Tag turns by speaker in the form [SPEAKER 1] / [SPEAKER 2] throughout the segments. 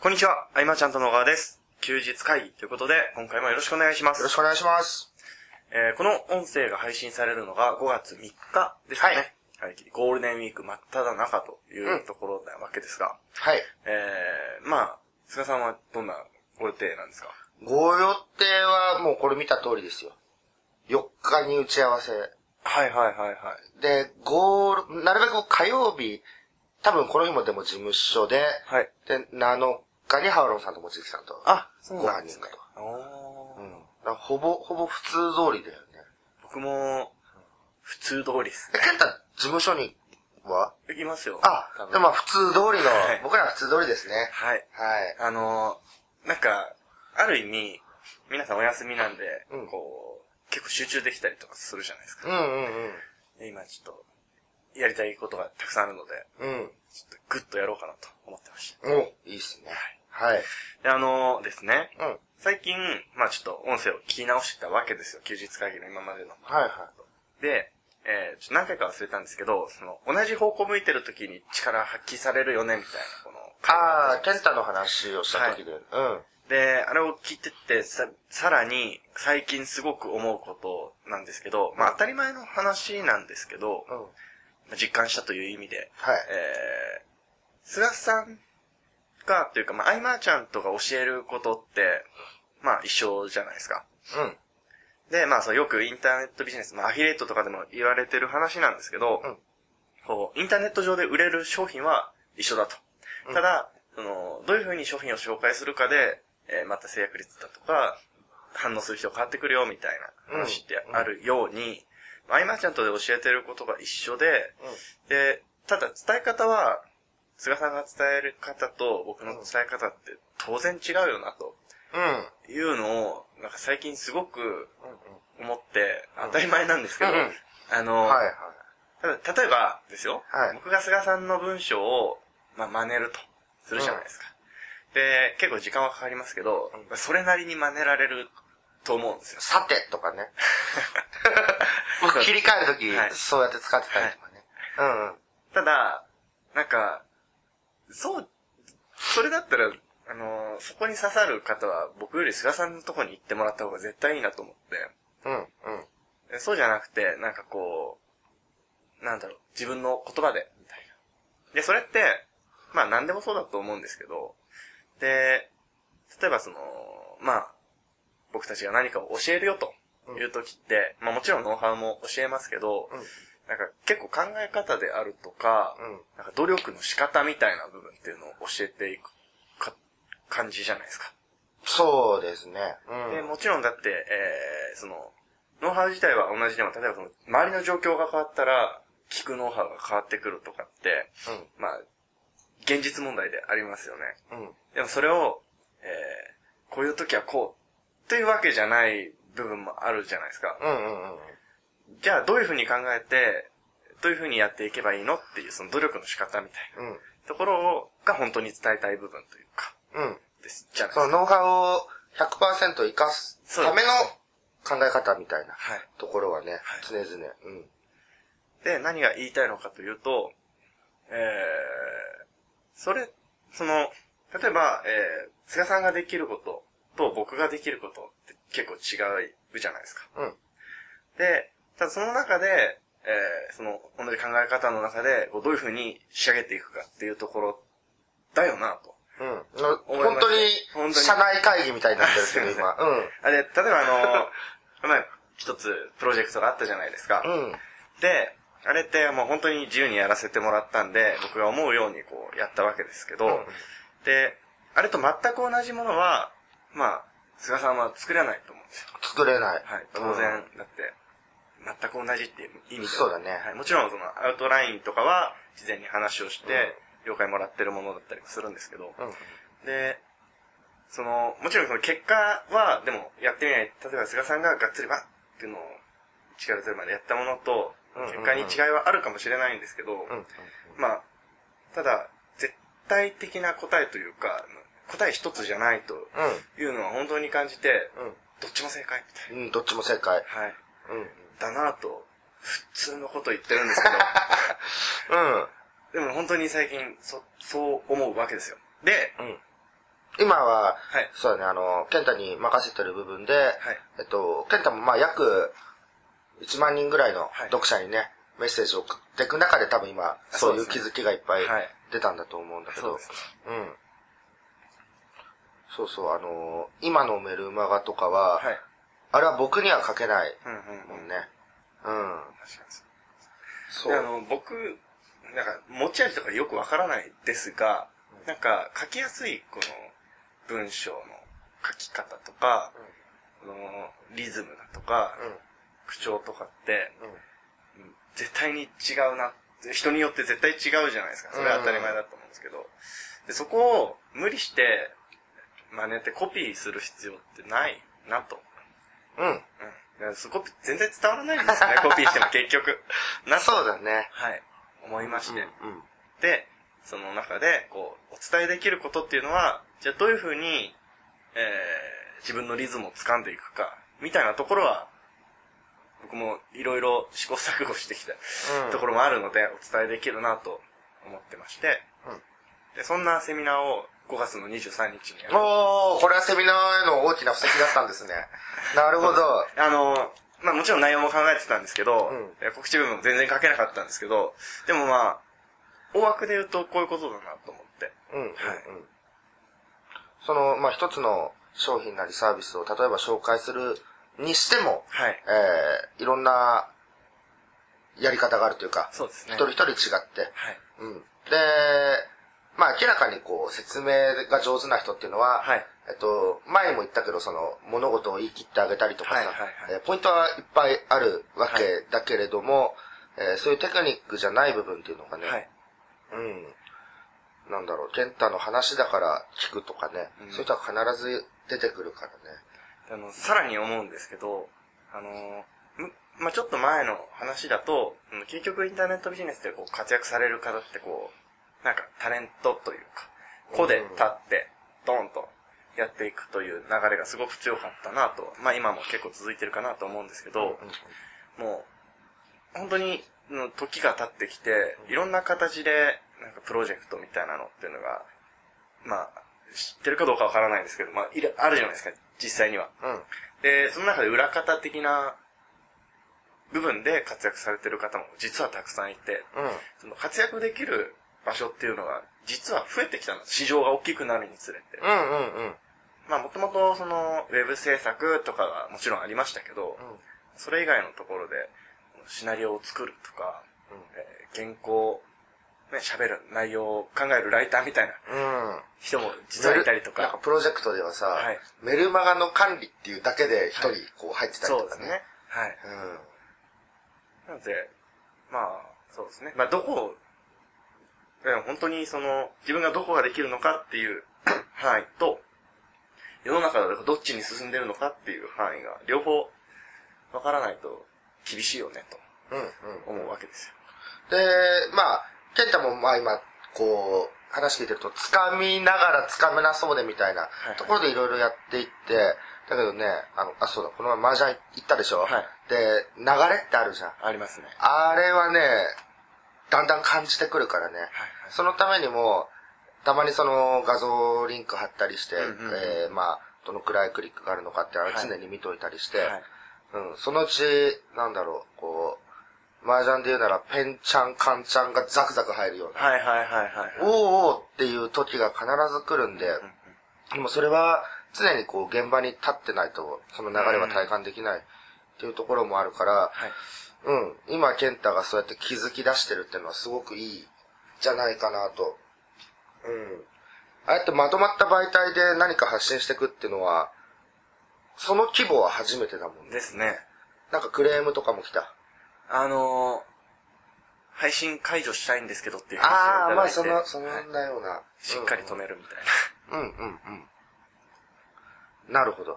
[SPEAKER 1] こんにちは、あいまちゃんと野川です。休日会議ということで、今回もよろしくお願いします。
[SPEAKER 2] よろしくお願いします。
[SPEAKER 1] えーこの音声が配信されるのが5月3日ですかね。はい。ゴールデンウィーク真っ只中というところなわけですが、
[SPEAKER 2] はい。
[SPEAKER 1] えー、まあ、菅さんはどんなご予定なんですか
[SPEAKER 2] ご予定はもうこれ見た通りですよ。4日に打ち合わせ。
[SPEAKER 1] はいはいはいはい。
[SPEAKER 2] で、ゴール、なるべく火曜日、多分この日もでも事務所で、
[SPEAKER 1] はい。
[SPEAKER 2] で、7日にハウロンさんと望月さんと。
[SPEAKER 1] あ、
[SPEAKER 2] ご
[SPEAKER 1] そうなん
[SPEAKER 2] 飯
[SPEAKER 1] で
[SPEAKER 2] 人
[SPEAKER 1] す
[SPEAKER 2] か
[SPEAKER 1] か
[SPEAKER 2] と。。
[SPEAKER 1] おー
[SPEAKER 2] うん。だからほぼ、ほぼ普通通りだよね。
[SPEAKER 1] 僕も、普通通りです
[SPEAKER 2] え、
[SPEAKER 1] ね。
[SPEAKER 2] ケンタ、事務所には
[SPEAKER 1] 行きますよ。
[SPEAKER 2] あ
[SPEAKER 1] 多、分
[SPEAKER 2] でもまあ普通通りの
[SPEAKER 1] はい、
[SPEAKER 2] 僕らは普通通りですね。
[SPEAKER 1] はい。
[SPEAKER 2] はい。
[SPEAKER 1] あのー、なんか、ある意味、皆さんお休みなんで、
[SPEAKER 2] うん
[SPEAKER 1] こう、結構集中できたりとかするじゃないですか。
[SPEAKER 2] うんうん
[SPEAKER 1] で今ちょっと、やりたいことがたくさんあるので、
[SPEAKER 2] うん。うん。
[SPEAKER 1] ちょっとグッとやろうかなと思ってまし
[SPEAKER 2] お、いいっすね。はい。
[SPEAKER 1] た。で、あのー、ですね、
[SPEAKER 2] うん。はい
[SPEAKER 1] 最近、まあちょっと音声を聞き直してたわけですよ。休日会議の今までの。
[SPEAKER 2] は
[SPEAKER 1] で、えー、ちょっと何回か忘れたんですけど、その、同じ方向向いてる時に力発揮されるよね、みたいな、この、
[SPEAKER 2] い。ああ、ケンタの話をした時で。うん。
[SPEAKER 1] で、あれを聞いてって、さ、さらに、最近すごく思うことなんですけど、まあ当たり前の話なんですけど、
[SPEAKER 2] うん。
[SPEAKER 1] まあ実感したという意味で、
[SPEAKER 2] はい。
[SPEAKER 1] えー、菅さんが、というか、まあ、アイマーちゃんとか教えることって、まあ一緒じゃないですか。
[SPEAKER 2] うん。
[SPEAKER 1] で、まあそう、よくインターネットビジネス、まあアフィリエイトとかでも言われてる話なんですけど、
[SPEAKER 2] うん
[SPEAKER 1] こう、インターネット上で売れる商品は一緒だと。
[SPEAKER 2] うん
[SPEAKER 1] ただ、その、どういうふうに商品を紹介するかで、えーまた制約率だとか、反応する人変わってくるよ、みたいな話ってあるように、まあアイマーちゃんとで教えてることが一緒で、で、ただ伝え方は、菅さんが伝える方と僕の伝え方って当然違うよな、と
[SPEAKER 2] うん。
[SPEAKER 1] いうのを、なんか最近すごく
[SPEAKER 2] う
[SPEAKER 1] 思って、当たり前なんですけど、
[SPEAKER 2] うん
[SPEAKER 1] あの、
[SPEAKER 2] ん。はいはい。
[SPEAKER 1] ただ例えばですよ、
[SPEAKER 2] はい
[SPEAKER 1] 僕が菅さんの文章を、まあ、真似るとするじゃないですか。で、結構時間はかかりますけど、
[SPEAKER 2] うん
[SPEAKER 1] それなりに真似られると思うんですよ。
[SPEAKER 2] さてとかね。 僕切り替える時
[SPEAKER 1] はい
[SPEAKER 2] そうやって使ってたりとかね。うんうん。
[SPEAKER 1] ただ、なんか、そう、それだったら、あの、そこに刺さる方は僕より菅さんのとこに行ってもらった方が絶対いいなと思って、
[SPEAKER 2] うん。うん。
[SPEAKER 1] えそうじゃなくて、なんかこう、なんだろう、自分の言葉で、みたいな。で、それって、まあ何でもそうだと思うんですけど、で、例えばその、まあ、僕たちが何かを教えるよという時って、まあもちろんノウハウも教えますけど、
[SPEAKER 2] うん
[SPEAKER 1] なんか結構考え方であるとか、
[SPEAKER 2] うん。
[SPEAKER 1] なんか努力の仕方みたいな部分っていうのを教えていくか感じじゃないですか。
[SPEAKER 2] そうですね。うん。
[SPEAKER 1] で、もちろんだって、えー、その、ノウハウ自体は同じでも、例えばその、周りの状況が変わったら、聞くノウハウが変わってくるとかって、まあ、現実問題でありますよね。
[SPEAKER 2] うん。うん。
[SPEAKER 1] でもそれを、えー、こういう時はこう、というわけじゃない部分もあるじゃないですか。
[SPEAKER 2] うんうんうん。
[SPEAKER 1] じゃあ、どういうふうに考えて、どういうふうにやっていけばいいのっていう、その努力の仕方みたいな
[SPEAKER 2] うん。
[SPEAKER 1] ところを、が本当に伝えたい部分というか、
[SPEAKER 2] うん。
[SPEAKER 1] です。じゃないで
[SPEAKER 2] そ
[SPEAKER 1] す
[SPEAKER 2] の
[SPEAKER 1] か。
[SPEAKER 2] ノウハウを100%生かすための考え方みたいな
[SPEAKER 1] はい。
[SPEAKER 2] ところはね
[SPEAKER 1] はい、
[SPEAKER 2] 常々。うん。
[SPEAKER 1] で、何が言いたいのかというと、えー、それ、その、例えば、えー、菅さんができることと僕ができることって結構違うじゃないですか。
[SPEAKER 2] うん。
[SPEAKER 1] で、ただその中で、えー、その、同じ考え方の中で、こうどういうふうに仕上げていくかっていうところだよなと。
[SPEAKER 2] うん。
[SPEAKER 1] 思い
[SPEAKER 2] 本
[SPEAKER 1] ます
[SPEAKER 2] 当
[SPEAKER 1] 本当に
[SPEAKER 2] に、社内会議みたいになってるけ ど、今。
[SPEAKER 1] あれ、例えばあ の、まあ、一つプロジェクトがあったじゃないですか。
[SPEAKER 2] うん。うん。
[SPEAKER 1] で、あれってもう本当に自由にやらせてもらったんで、僕が思うようにこうやったわけですけど、
[SPEAKER 2] うん
[SPEAKER 1] で、あれと全く同じものは、まあ、菅さんは作れないと思うんですよ。
[SPEAKER 2] 作れない。
[SPEAKER 1] はい、当然、だって、全く同じっていう意味では。
[SPEAKER 2] そうだね
[SPEAKER 1] はい、もちろんそのアウトラインとかは、事前に話をして、了解もらってるものだったりもするんですけど、
[SPEAKER 2] うん。うん。
[SPEAKER 1] で、その、もちろんその結果は、でもやってみない。例えば菅さんががっつりバッっていうのを力強いまでやったものと
[SPEAKER 2] うんうんうん、
[SPEAKER 1] 結果に違いはあるかもしれないんですけど、
[SPEAKER 2] うん。
[SPEAKER 1] まあ、ただ、絶対的な答えというか、答え一つじゃないというのは本当に感じて、どっちも正解みたい
[SPEAKER 2] うん。うん。どっちも正解。
[SPEAKER 1] な。はい。
[SPEAKER 2] うん。うん。
[SPEAKER 1] だなぁと、普通のこと言ってるんですけど、 でも本当に最近、そ、そう思うわけですよ。で、
[SPEAKER 2] うん。今は、
[SPEAKER 1] はい
[SPEAKER 2] そうだね、あの、ケンタに任せてる部分で、えっと、ケンタもまあ約1万人ぐらいの
[SPEAKER 1] はい
[SPEAKER 2] 読者にね、メッセージを送っていく中で多分今、そ
[SPEAKER 1] そ
[SPEAKER 2] うい
[SPEAKER 1] う
[SPEAKER 2] う
[SPEAKER 1] です
[SPEAKER 2] 気
[SPEAKER 1] ね
[SPEAKER 2] づきがいっぱい
[SPEAKER 1] はい
[SPEAKER 2] 出たんだと思うんだけど、
[SPEAKER 1] そうですね。
[SPEAKER 2] うん。そうそう、あのー今のメルマガとかは、
[SPEAKER 1] はい。
[SPEAKER 2] あれは僕には書けない
[SPEAKER 1] うんうん
[SPEAKER 2] も
[SPEAKER 1] うん。
[SPEAKER 2] んね。うん。
[SPEAKER 1] 確かにそう
[SPEAKER 2] そ
[SPEAKER 1] であ
[SPEAKER 2] う。
[SPEAKER 1] の、僕、なんか、持ち味とかよくわからないですが、なんか、書きやすい、この、文章の書き方とか、この、リズムだとか、
[SPEAKER 2] うん。
[SPEAKER 1] 口調とかって、
[SPEAKER 2] うん
[SPEAKER 1] うん絶対に違うなって人によって絶対違うじゃないですか。それは当たり前だと思うんですけど。でそこを無理して真似てコピーする必要ってないなと。
[SPEAKER 2] うん。
[SPEAKER 1] うん。そこ全然伝わらないんです ね、コピーしても結局。なと、
[SPEAKER 2] そうだね。
[SPEAKER 1] はい、思いまして。
[SPEAKER 2] うん。
[SPEAKER 1] で、その中で、こう、お伝えできることっていうのは、じゃあどういうふうに、えー、自分のリズムを掴んでいくか、みたいなところは、僕もいろいろ試行錯誤してきた
[SPEAKER 2] うん。
[SPEAKER 1] ところもあるので、お伝えできるなと思ってまして、
[SPEAKER 2] うん
[SPEAKER 1] で、そんなセミナーを5月の23日にやる。
[SPEAKER 2] おー、これはセミナーへの大きな布石だったん ですね。なるほど。
[SPEAKER 1] あの、まあもちろん内容も考えてたんですけど、
[SPEAKER 2] うん
[SPEAKER 1] え告知部分も全然書けなかったんですけど、でもまあ、大枠で言うとこういうことだなと思って。
[SPEAKER 2] うん。うん。うんその、まあ、一つの商品なりサービスを例えば紹介するにしても、
[SPEAKER 1] はい。
[SPEAKER 2] えー、いろんなやり方があるというか、
[SPEAKER 1] そうですね。
[SPEAKER 2] 一人
[SPEAKER 1] は
[SPEAKER 2] 一人違って、
[SPEAKER 1] い。
[SPEAKER 2] うん。で、まあ明らかにこう説明が上手な人っていうのは、
[SPEAKER 1] はい。
[SPEAKER 2] えっと、前にも言ったけど、その物事を言い切ってあげたりとかさ、
[SPEAKER 1] はいはいはい
[SPEAKER 2] えーポイントはいっぱいあるわけだけれども、えーそういうテクニックじゃない部分っていうのがね、
[SPEAKER 1] はい。
[SPEAKER 2] うん。なんだろう、健太の話だから聞くとかね、
[SPEAKER 1] うん
[SPEAKER 2] そういう人は必ず出てくるからね。
[SPEAKER 1] あの、さらに思うんですけど、あのむまあ、ちょっと前の話だと、うん結局インターネットビジネスでこう活躍される方ってこう、なんかタレントというか、個で立って、ドーンとやっていくという流れがすごく強かったなと、まあ今も結構続いてるかなと思うんですけど、もう、本当に、うん時が経ってきて、いろんな形で、なんかプロジェクトみたいなのっていうのが、まあ、知ってるかどうかわからないですけど、まあ、いるあるじゃないですか、実際には。
[SPEAKER 2] うん。うん。
[SPEAKER 1] で、その中で裏方的な部分で活躍されてる方も実はたくさんいて、
[SPEAKER 2] うん。
[SPEAKER 1] その活躍できる場所っていうのが実は増えてきたんです。市場が大きくなるにつれて。
[SPEAKER 2] うんうんうん。
[SPEAKER 1] まあもともとそのウェブ制作とかはもちろんありましたけど、それ以外のところでシナリオを作るとか、えー原稿、ね、喋る内容を考えるライターみたいな
[SPEAKER 2] うん。うん。
[SPEAKER 1] 人も実はいたりと
[SPEAKER 2] なんか
[SPEAKER 1] か。
[SPEAKER 2] プロジェクトではさ、
[SPEAKER 1] はい
[SPEAKER 2] メルマガの管理っていうだけで一人こう入ってたり
[SPEAKER 1] そ
[SPEAKER 2] と
[SPEAKER 1] うで
[SPEAKER 2] か
[SPEAKER 1] す
[SPEAKER 2] ね。
[SPEAKER 1] ね。はい。
[SPEAKER 2] うん。
[SPEAKER 1] なので、まあ、そうですね。まあ、どこを、いや本当にその、自分がどこができるのかっていう範囲と、世の中がどっちに進んでるのかっていう範囲が、両方、わからないと、厳しいよね、
[SPEAKER 2] うん
[SPEAKER 1] と
[SPEAKER 2] うん。
[SPEAKER 1] 思うわけですよ。
[SPEAKER 2] で、まあ、ケンタもまあ今、こう、話聞いてると、掴みながら掴めなそうでみたいない
[SPEAKER 1] はい
[SPEAKER 2] ところでいろいろやっていって、だけどね、あの、あ、そうだ、この前麻雀行ったでしょ、
[SPEAKER 1] はい
[SPEAKER 2] で、流れってあるじゃん。
[SPEAKER 1] ありますね。
[SPEAKER 2] あれはね、だんだん感じてくるからね。
[SPEAKER 1] はい
[SPEAKER 2] そのためにも、たまにその画像リンク貼ったりして、
[SPEAKER 1] うんうんうん
[SPEAKER 2] えーまあ、どのくらいクリックがあるのかってあの
[SPEAKER 1] はい
[SPEAKER 2] 常に見といたりして、
[SPEAKER 1] はい。はい。
[SPEAKER 2] うん、そのうち、なんだろう、こう、麻雀で言うなら、ペンちゃん、カンちゃんがザクザク入るような、
[SPEAKER 1] はいはいはいはいはい。
[SPEAKER 2] おーおーっていう時が必ず来るんで、
[SPEAKER 1] うんうん
[SPEAKER 2] でもそれは常にこう現場に立ってないと、その流れは体感できないっていうところもあるから、
[SPEAKER 1] はい。
[SPEAKER 2] うん、今、健太がそうやって気づき出してるってのはすごくいいじゃないかなと。うん。ああやってまとまった媒体で何か発信していくっていうのは、その規模は初めてだもんね。
[SPEAKER 1] ですね。
[SPEAKER 2] なんかクレームとかも来た。
[SPEAKER 1] あのー配信解除したいんですけどっていう話をい
[SPEAKER 2] あ
[SPEAKER 1] た
[SPEAKER 2] あ、ま
[SPEAKER 1] だ
[SPEAKER 2] あ
[SPEAKER 1] いて
[SPEAKER 2] その、そん
[SPEAKER 1] はい
[SPEAKER 2] なような。
[SPEAKER 1] しっかり止
[SPEAKER 2] め。
[SPEAKER 1] めるみたいな。
[SPEAKER 2] うんうんうん。なるほど。で、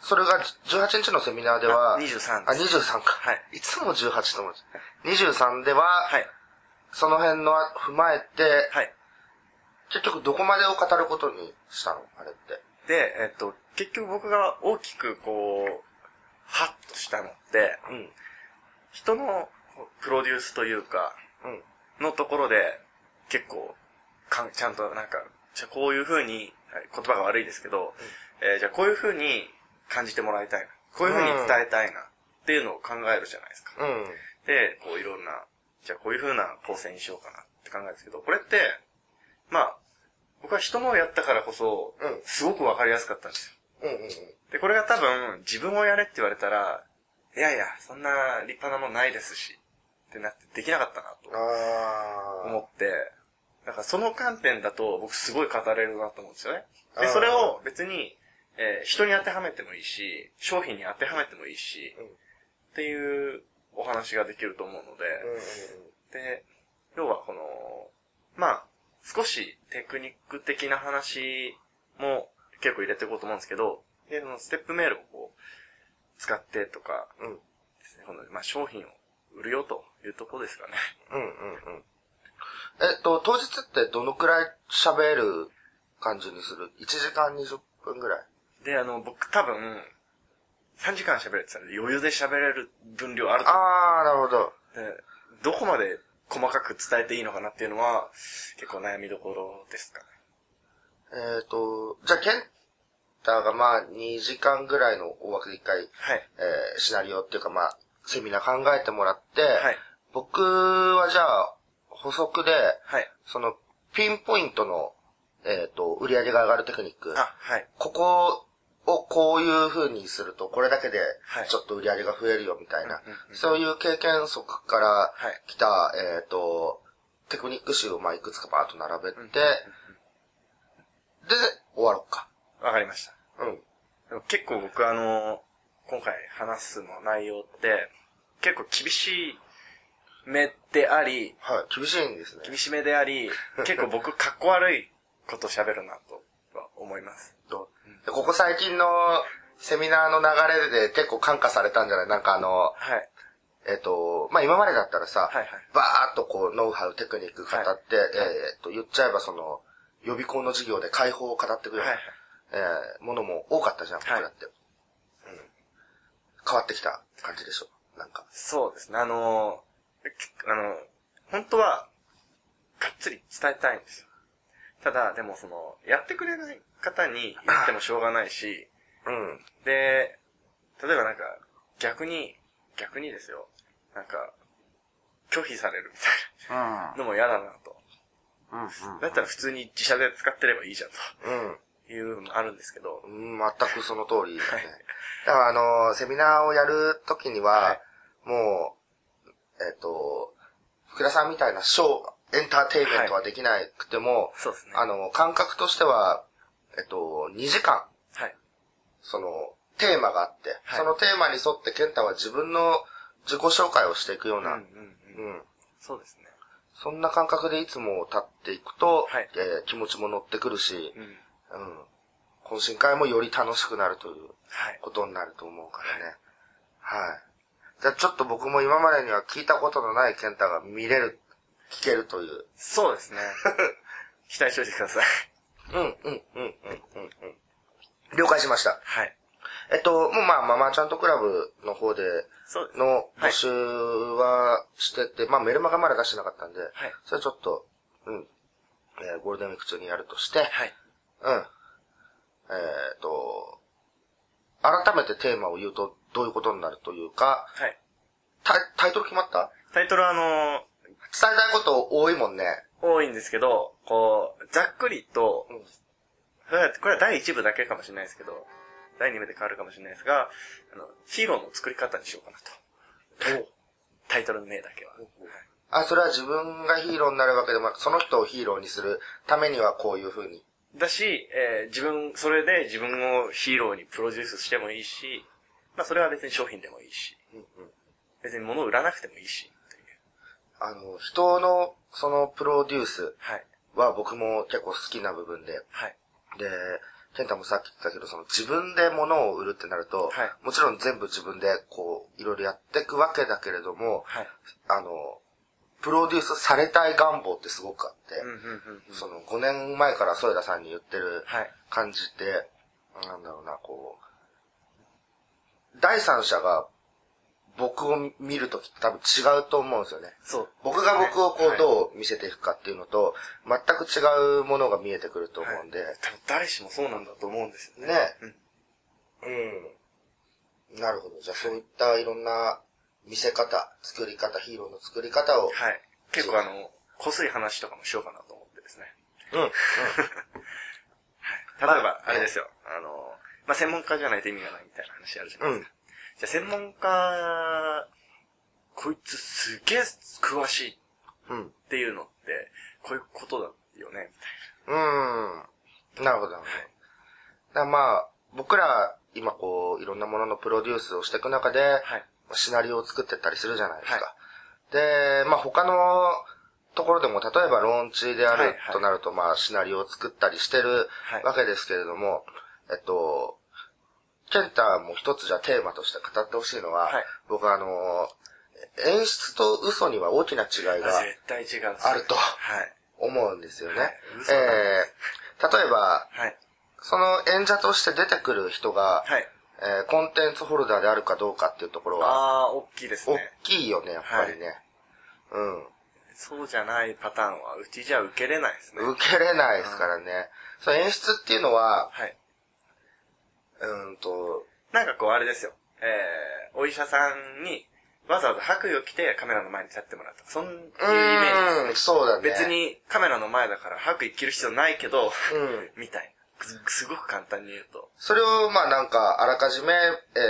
[SPEAKER 2] それが18日のセミナーでは、
[SPEAKER 1] あ23
[SPEAKER 2] あ、
[SPEAKER 1] です
[SPEAKER 2] 23か。
[SPEAKER 1] はい。
[SPEAKER 2] いつも18と思う。23では、
[SPEAKER 1] はい。
[SPEAKER 2] その辺の踏まえて、
[SPEAKER 1] はい。
[SPEAKER 2] 結局どこまでを語ることにしたのあれって。
[SPEAKER 1] で、えっと、結局僕が大きくこう、ハッとしたのって、
[SPEAKER 2] うん。
[SPEAKER 1] 人のプロデュースというか、
[SPEAKER 2] うん。
[SPEAKER 1] のところで、結構、かんちゃんとなんか、じゃあこういう風にはい言葉が悪いですけど、えーじゃあこういう風に感じてもらいたいな。こういう風に伝えたいな。っていうのを考えるじゃないですか。
[SPEAKER 2] うん。
[SPEAKER 1] で、こういろんな、じゃあこういう風な構成にしようかなって考えるんですけど、これって、まあ、僕は人のをやったからこそ
[SPEAKER 2] うん、
[SPEAKER 1] すごくわかりやすかったんですよ。
[SPEAKER 2] うんうんうん。
[SPEAKER 1] で、これが多分、自分をやれって言われたら、いやいや、そんな立派なもんないですし、ってなってできなかったなと
[SPEAKER 2] あ
[SPEAKER 1] 思って、なんかその観点だと僕すごい語れるなと思うんですよね。
[SPEAKER 2] あ
[SPEAKER 1] で、
[SPEAKER 2] ー
[SPEAKER 1] それを別に、えー人に当てはめてもいいし、商品に当てはめてもいいし、
[SPEAKER 2] うん
[SPEAKER 1] っていうお話ができると思うので、
[SPEAKER 2] ー。うんうんうん。
[SPEAKER 1] で、要はこの、まあ、少しテクニック的な話も結構入れていこうと思うんですけど、で、そのステップメールをこう、使ってとか、
[SPEAKER 2] うん
[SPEAKER 1] ですね、この、まあ、商品を売るよというところですかね。
[SPEAKER 2] うんうんうん。えっと、当日ってどのくらい喋る感じにする ?1 時間20分ぐらい。
[SPEAKER 1] で、あの、僕多分、3時間喋れてたら余裕で喋れる分量あると思
[SPEAKER 2] あー、なるほど。
[SPEAKER 1] うでどこまで細かく伝えていいのかなっていうのは、結構悩みどころですかね。
[SPEAKER 2] えっ、と、じゃあ、ケンタがまあ、2時間ぐらいの大枠で一回、
[SPEAKER 1] はい。
[SPEAKER 2] えーシナリオっていうかまあ、セミナー考えてもらって、
[SPEAKER 1] はい。
[SPEAKER 2] 僕はじゃあ、補足で、
[SPEAKER 1] はい。
[SPEAKER 2] その、ピンポイントの、えっ、と、売り上げが上がるテクニック。
[SPEAKER 1] あ、はい。
[SPEAKER 2] ここをこういう風にすると、これだけで
[SPEAKER 1] はい、
[SPEAKER 2] ちょっと売り上げが増えるよみたいな、
[SPEAKER 1] うんうんうん
[SPEAKER 2] そういう経験則から
[SPEAKER 1] はい
[SPEAKER 2] 来た、えっ、と、テクニック集をまあいくつかバーッと並べて、で、終わろうか。
[SPEAKER 1] わかりました。
[SPEAKER 2] うん。
[SPEAKER 1] でも結構僕あの、今回話すの内容って、結構厳しめであり、
[SPEAKER 2] はい。厳しいんですね。
[SPEAKER 1] 厳しめであり、結構僕かっこ悪いこと喋るなとは思います。
[SPEAKER 2] とでここ最近のセミナーの流れで結構感化されたんじゃないなんかあの、
[SPEAKER 1] はい。
[SPEAKER 2] えっ、と、まあ、今までだったらさ、
[SPEAKER 1] はいはい
[SPEAKER 2] バーっとこう、ノウハウ、テクニック語って、
[SPEAKER 1] はい
[SPEAKER 2] えっと、言っちゃえばその、予備校の授業で解放を語ってくる、
[SPEAKER 1] はいはい
[SPEAKER 2] えーものも多かったじゃん、僕
[SPEAKER 1] はい
[SPEAKER 2] らって、うん変わってきた感じでしょなんか。
[SPEAKER 1] そうですね。あの、けあの、本当は、がっつり伝えたいんですよ。ただ、でもその、やってくれない方に言ってもしょうがないし、
[SPEAKER 2] うん。
[SPEAKER 1] で、例えばなんか、逆に、逆にですよ、なんか、拒否されるみたいなのも嫌だなと。だったら普通に自社で使ってればいいじゃん
[SPEAKER 2] うん。
[SPEAKER 1] というのもあるんですけど、
[SPEAKER 2] うん、全くその通りだね。だからあの、セミナーをやるときには、
[SPEAKER 1] はい
[SPEAKER 2] もう、えっ、と、福田さんみたいなショー、エンターテインメントはできなくても、
[SPEAKER 1] そうですね。
[SPEAKER 2] あの、感覚としては、えっ、と、2時間、
[SPEAKER 1] はい。
[SPEAKER 2] その、テーマがあって、
[SPEAKER 1] はい
[SPEAKER 2] そのテーマに沿って健太は自分の自己紹介をしていくよう
[SPEAKER 1] うんう
[SPEAKER 2] な、
[SPEAKER 1] ん
[SPEAKER 2] う
[SPEAKER 1] うん。
[SPEAKER 2] ん、
[SPEAKER 1] そうですね。
[SPEAKER 2] そんな感覚でいつも立っていくと、
[SPEAKER 1] はい
[SPEAKER 2] えー気持ちも乗ってくるし、
[SPEAKER 1] うん。
[SPEAKER 2] うん、懇親会もより楽しくなるという。
[SPEAKER 1] はい。
[SPEAKER 2] ことになると思うからね。はい。じゃあちょっと僕も今までには聞いたことのない健太が見れる、聞けるという。
[SPEAKER 1] そうですね。 期待しておいてください。
[SPEAKER 2] うん、うん、うん、うん、うん、うん。了解しました。
[SPEAKER 1] はい。
[SPEAKER 2] えっと、もうまあ、ママちゃんとクラブの方で
[SPEAKER 1] そうですね。
[SPEAKER 2] の
[SPEAKER 1] は
[SPEAKER 2] 募
[SPEAKER 1] い
[SPEAKER 2] 集はしてて、まあメルマガまだ出してなかったんで、
[SPEAKER 1] はい
[SPEAKER 2] それちょっと、うん、えーゴールデンウィーク中にやるとして、
[SPEAKER 1] はい。
[SPEAKER 2] うん。えーっと、改めてテーマを言うとどういうことになるというか、
[SPEAKER 1] はい。
[SPEAKER 2] タイタイトル決まった
[SPEAKER 1] タイトルはあの
[SPEAKER 2] 伝えたいこと多いもんね。
[SPEAKER 1] 多いんですけど、こう、ざっくりと
[SPEAKER 2] うん、
[SPEAKER 1] これはこれは第1部だけかもしれないですけど、第2部で変わるかもしれないですが、あの、ヒーローの作り方にしようかなと。タイトル名だけは。
[SPEAKER 2] あ、それは自分がヒーローになるわけでもなく、その人をヒーローにするためにはこういう風に。
[SPEAKER 1] だし、えー自分、それで自分をヒーローにプロデュースしてもいいし、まあそれは別に商品でもいいし、別に物を売らなくてもいいし、という。
[SPEAKER 2] あの、人の、そのプロデュース
[SPEAKER 1] はい。
[SPEAKER 2] は僕も結構好きな部分で。
[SPEAKER 1] はい。
[SPEAKER 2] で、ケンタもさっき言ったけど、その自分で物を売るってなると、
[SPEAKER 1] はい
[SPEAKER 2] もちろん全部自分でこう、いろいろやっていくわけだけれども、
[SPEAKER 1] はい。
[SPEAKER 2] あの、プロデュースされたい願望ってすごくあって、
[SPEAKER 1] うんうんうん。
[SPEAKER 2] その5年前から添田さんに言ってる
[SPEAKER 1] はい。
[SPEAKER 2] 感じって、なんだろうな、こう、第三者が僕を見るときって多分違うと思うんですよね。
[SPEAKER 1] そう。
[SPEAKER 2] 僕が僕をこ
[SPEAKER 1] は
[SPEAKER 2] う
[SPEAKER 1] い
[SPEAKER 2] どう見せていくかっていうのと、全く違うものが見えてくると思うんで、
[SPEAKER 1] 多分誰しもそうなんだと思うんですよね。
[SPEAKER 2] ね。うん。なるほど。じゃあそういったいろんな見せ方、作り方、ヒーローの作り方を。
[SPEAKER 1] はい。結構あの、こすい話とかもしようかなと思ってですね。
[SPEAKER 2] うん。うん。
[SPEAKER 1] 例えば、
[SPEAKER 2] い
[SPEAKER 1] あれですよ。あの、まあ、専門家じゃないと意味がないみたいな話あるじゃないですか。じゃあ専門家、こいつすげえ詳しいっ
[SPEAKER 2] うん。
[SPEAKER 1] ていうのって、こういうことだよね、
[SPEAKER 2] うん。なるほど、なるほど。だからまあ、僕ら、今こう、いろんなもののプロデュースをしていく中で、
[SPEAKER 1] みたいな。はい。
[SPEAKER 2] シナリオを作ってったりするじゃないです
[SPEAKER 1] は
[SPEAKER 2] か。で、まあ他のところでも、例えばローンチであ
[SPEAKER 1] はい
[SPEAKER 2] る
[SPEAKER 1] はい
[SPEAKER 2] となると、まあシナリオを作ったりしてる
[SPEAKER 1] はい
[SPEAKER 2] わけですけれども、えっと、ケンタも一つじゃテーマとして語ってほしいのは、
[SPEAKER 1] はい
[SPEAKER 2] 僕はあの、演出と嘘には大きな違いが
[SPEAKER 1] あ絶対違うんですよ
[SPEAKER 2] あると
[SPEAKER 1] はい。
[SPEAKER 2] 思うんですよね。
[SPEAKER 1] はい嘘
[SPEAKER 2] え
[SPEAKER 1] だ
[SPEAKER 2] ー例えば、
[SPEAKER 1] はい。
[SPEAKER 2] その演者として出てくる人が、
[SPEAKER 1] はい。
[SPEAKER 2] えーコンテンツホルダーであるかどうかっていうところは、
[SPEAKER 1] ああ、大きいです
[SPEAKER 2] 大
[SPEAKER 1] ね。
[SPEAKER 2] きいよね、やっぱりね。
[SPEAKER 1] そうじゃないパターンは、うちじゃ受けれないですね。
[SPEAKER 2] うん。受けれないですからね。その演出っていうのは、
[SPEAKER 1] はい。
[SPEAKER 2] うーんと、
[SPEAKER 1] なんかこう、あれですよ。えー、お医者さんに、わざわざ白衣を着てカメラの前に立ってもらった。そんいうイメージ
[SPEAKER 2] う
[SPEAKER 1] で
[SPEAKER 2] ん
[SPEAKER 1] す
[SPEAKER 2] そうだ
[SPEAKER 1] ね。
[SPEAKER 2] ね。
[SPEAKER 1] 別。にカメラの前だから白衣着る必要ないけど、
[SPEAKER 2] うん。
[SPEAKER 1] みたいな。すすごく簡単に言うと。
[SPEAKER 2] それを、まあなんか、あらかじめ、え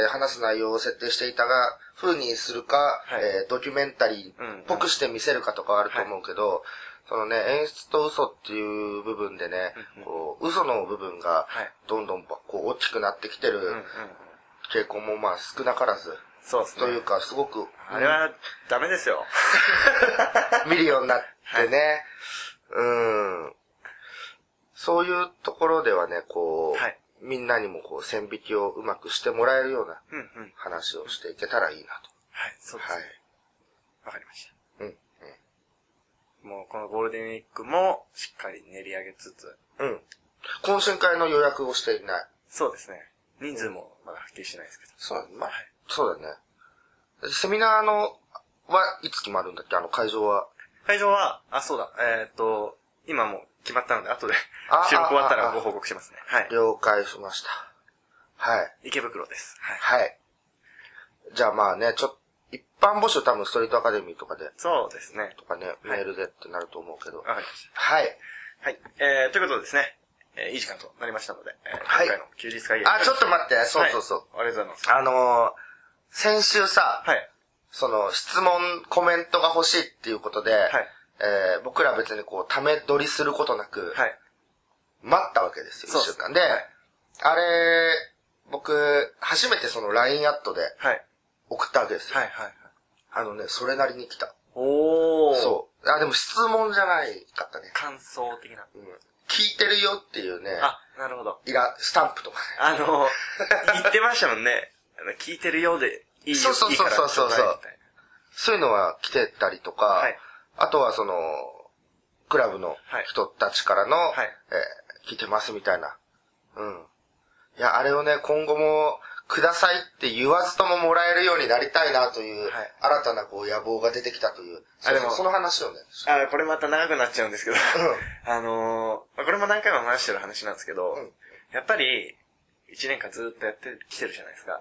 [SPEAKER 2] ー話す内容を設定していたが、風にするか、
[SPEAKER 1] い
[SPEAKER 2] えードキュメンタリーっぽくして見せるかとかはあると思うけど、そのね、演出と嘘っていう部分でね、こう嘘の部分が
[SPEAKER 1] はい、
[SPEAKER 2] どんどんこう大きくなってきて
[SPEAKER 1] うんうん
[SPEAKER 2] る。傾向もまあ少なからず、
[SPEAKER 1] そうですね。
[SPEAKER 2] というかすごく、
[SPEAKER 1] あれは、ダメですよ。
[SPEAKER 2] 見るようになってね。うん。そういうところではね、こう、
[SPEAKER 1] はい
[SPEAKER 2] みんなにもこう、線引きをうまくしてもらえるような
[SPEAKER 1] うんうん。
[SPEAKER 2] 話をしていけたらいいな
[SPEAKER 1] はい、そ
[SPEAKER 2] と。
[SPEAKER 1] うです
[SPEAKER 2] は
[SPEAKER 1] ね
[SPEAKER 2] い。。
[SPEAKER 1] わかりました。
[SPEAKER 2] うん。
[SPEAKER 1] もうこのゴールデンウィークもしっかり練り上げつつ、
[SPEAKER 2] うん。懇親会の予約をしていない。
[SPEAKER 1] そうですね。人数もまだはっきりしてないですけど。
[SPEAKER 2] そうだね。
[SPEAKER 1] はい
[SPEAKER 2] そうだね。セミナーの、はいつ決まるんだっけあの会場は。
[SPEAKER 1] 会場は、あ、そうだ、えーっと、今もう決まったので、後で
[SPEAKER 2] あ、
[SPEAKER 1] 収録終わった
[SPEAKER 2] ああ
[SPEAKER 1] ら
[SPEAKER 2] あ
[SPEAKER 1] ご報告しますね。はい。
[SPEAKER 2] 了解しました。はい。
[SPEAKER 1] 池袋です。はい。
[SPEAKER 2] はい。じゃあまあね、ちょ、一般募集多分ストリートアカデミーとかで
[SPEAKER 1] そうですね。
[SPEAKER 2] とかね、メールでってなると思うけど。
[SPEAKER 1] わかりました。
[SPEAKER 2] はい。
[SPEAKER 1] はい。えー、ということでですね、えーいい時間となりましたので、えー、
[SPEAKER 2] はい
[SPEAKER 1] 今回の休日会議
[SPEAKER 2] あ、ちょっと待って、そうそうそう。
[SPEAKER 1] はいありがとうございます。
[SPEAKER 2] あのー先週さ、
[SPEAKER 1] はい。
[SPEAKER 2] その質問、コメントが欲しいっていうことで、えー僕ら別にこう、ため撮りすることなく、
[SPEAKER 1] はい。
[SPEAKER 2] 待ったわけですよ、
[SPEAKER 1] そう
[SPEAKER 2] 一週間で、あれ、僕、初めてその LINE アットで
[SPEAKER 1] はい。
[SPEAKER 2] 送ったわけですよ。
[SPEAKER 1] はい。はい。
[SPEAKER 2] あのね、それなりに来た。
[SPEAKER 1] おー。
[SPEAKER 2] そう。あ、でも質問じゃないかったね。
[SPEAKER 1] 感想的な。
[SPEAKER 2] うん聞いてるよっていうね、
[SPEAKER 1] あ、なるほど。
[SPEAKER 2] イラ、スタンプとかね。
[SPEAKER 1] あ の、言ってましたもんね。あの聞いてるようでいいよ。
[SPEAKER 2] そうそうそうそうそ
[SPEAKER 1] い
[SPEAKER 2] う
[SPEAKER 1] いからちょだいみたい
[SPEAKER 2] そういうのは来てたりとか、
[SPEAKER 1] はい
[SPEAKER 2] あとはその、クラブの
[SPEAKER 1] はい
[SPEAKER 2] 人たちからの、
[SPEAKER 1] はい
[SPEAKER 2] えー聞いてますみたいな。うん。いや、あれをね、今後も、くださいって言わずとももらえるようになりたいなという、
[SPEAKER 1] はい
[SPEAKER 2] 新たなこう野望が出てきたという、
[SPEAKER 1] あでも
[SPEAKER 2] そうその話 をね。
[SPEAKER 1] なあ、これまた長くなっちゃうんです けど。あのーまあ、これも何回も話してる話なんですけど、
[SPEAKER 2] うん
[SPEAKER 1] やっぱり、一年間ずっとやってきてるじゃないですか。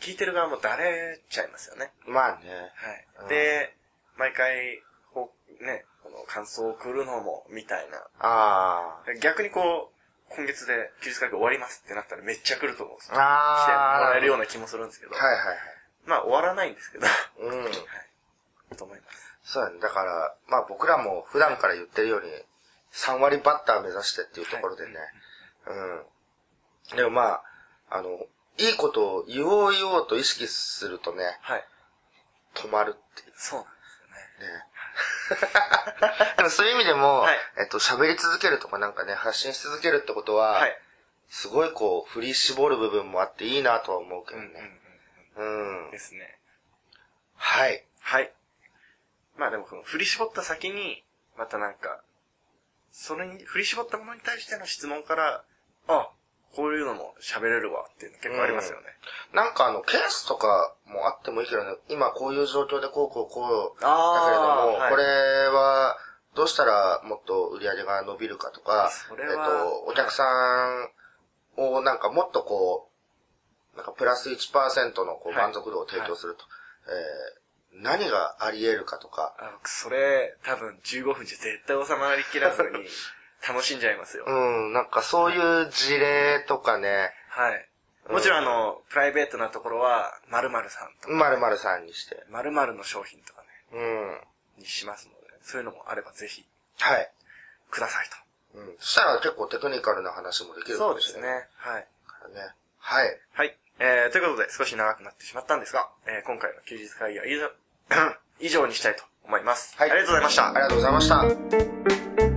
[SPEAKER 1] 聞いてる側もだれちゃいますよね。
[SPEAKER 2] うん。まあね。
[SPEAKER 1] は
[SPEAKER 2] うん
[SPEAKER 1] い。で、毎回、こう、ね、この感想を送るのも、みたいな。
[SPEAKER 2] あ
[SPEAKER 1] 逆にこう、今月で休日会議終わりますってなったらめっちゃ来ると思うんです
[SPEAKER 2] あ。
[SPEAKER 1] よ。来ても
[SPEAKER 2] ああ。
[SPEAKER 1] らえるような気もするんですけど。
[SPEAKER 2] はいはい
[SPEAKER 1] まあ終わらないんですけど。 はい。
[SPEAKER 2] はい。うん。
[SPEAKER 1] と思います。
[SPEAKER 2] そうだね。だから、まあ僕らも普段から言ってるように、3割バッター目指してっていうところでね。うん。でもまあ、あの、いいことを言おう言おうと意識するとね、
[SPEAKER 1] はい。
[SPEAKER 2] 止まるって いう
[SPEAKER 1] そうなんで
[SPEAKER 2] ね。でもそういう意味でも、
[SPEAKER 1] はい
[SPEAKER 2] えっと、喋り続けるとかなんかね、発信し続けるってこと
[SPEAKER 1] す
[SPEAKER 2] は、
[SPEAKER 1] よね。はい。
[SPEAKER 2] すごいこう、振り絞る部分もあっていいなとは思うけ
[SPEAKER 1] う
[SPEAKER 2] ど
[SPEAKER 1] んう
[SPEAKER 2] ね
[SPEAKER 1] ん。
[SPEAKER 2] うん。
[SPEAKER 1] うん。ですね。
[SPEAKER 2] はい。
[SPEAKER 1] はい。まあでもこの振り絞った先に、またなんか、それに、振り絞ったものに対しての質問から、あ、こういうのも喋れるわっていうの結構ありますよね。
[SPEAKER 2] なんかあの、ケースとかもあってもいいけどね、今こういう状況でこうこうこう、だ
[SPEAKER 1] あー
[SPEAKER 2] けれども、
[SPEAKER 1] はい
[SPEAKER 2] これは、どうしたらもっと売り上げが伸びるかとか、
[SPEAKER 1] そ
[SPEAKER 2] えっ
[SPEAKER 1] れは
[SPEAKER 2] と、お客さんをなんかもっとこう、なんかプラス1%のこう
[SPEAKER 1] はい
[SPEAKER 2] 満足度を提供すると、えー何があり得るかとか、
[SPEAKER 1] あ僕それ、多分15分じゃ絶対収まりきらず に楽しんじゃいますよ。
[SPEAKER 2] うん、なんかそういう事例とかね、
[SPEAKER 1] はい。もちろんあの、プライベートなところは、〇〇さんとか、
[SPEAKER 2] まるまるさんにして、
[SPEAKER 1] 〇〇の商品とかね、
[SPEAKER 2] うん、
[SPEAKER 1] にしますので、そういうのもあればぜひ、
[SPEAKER 2] はい。
[SPEAKER 1] くださいと。
[SPEAKER 2] うん、そしたら結構テクニカルな話もできるかもしれない
[SPEAKER 1] そうですね。はい。
[SPEAKER 2] からね。はい。
[SPEAKER 1] はい。えー、ということで、少し長くなってしまったんですが、えー、今回の休日会議は以上 以上にしたいと思います。
[SPEAKER 2] はい
[SPEAKER 1] ありがとうございました
[SPEAKER 2] あり。がとうございました。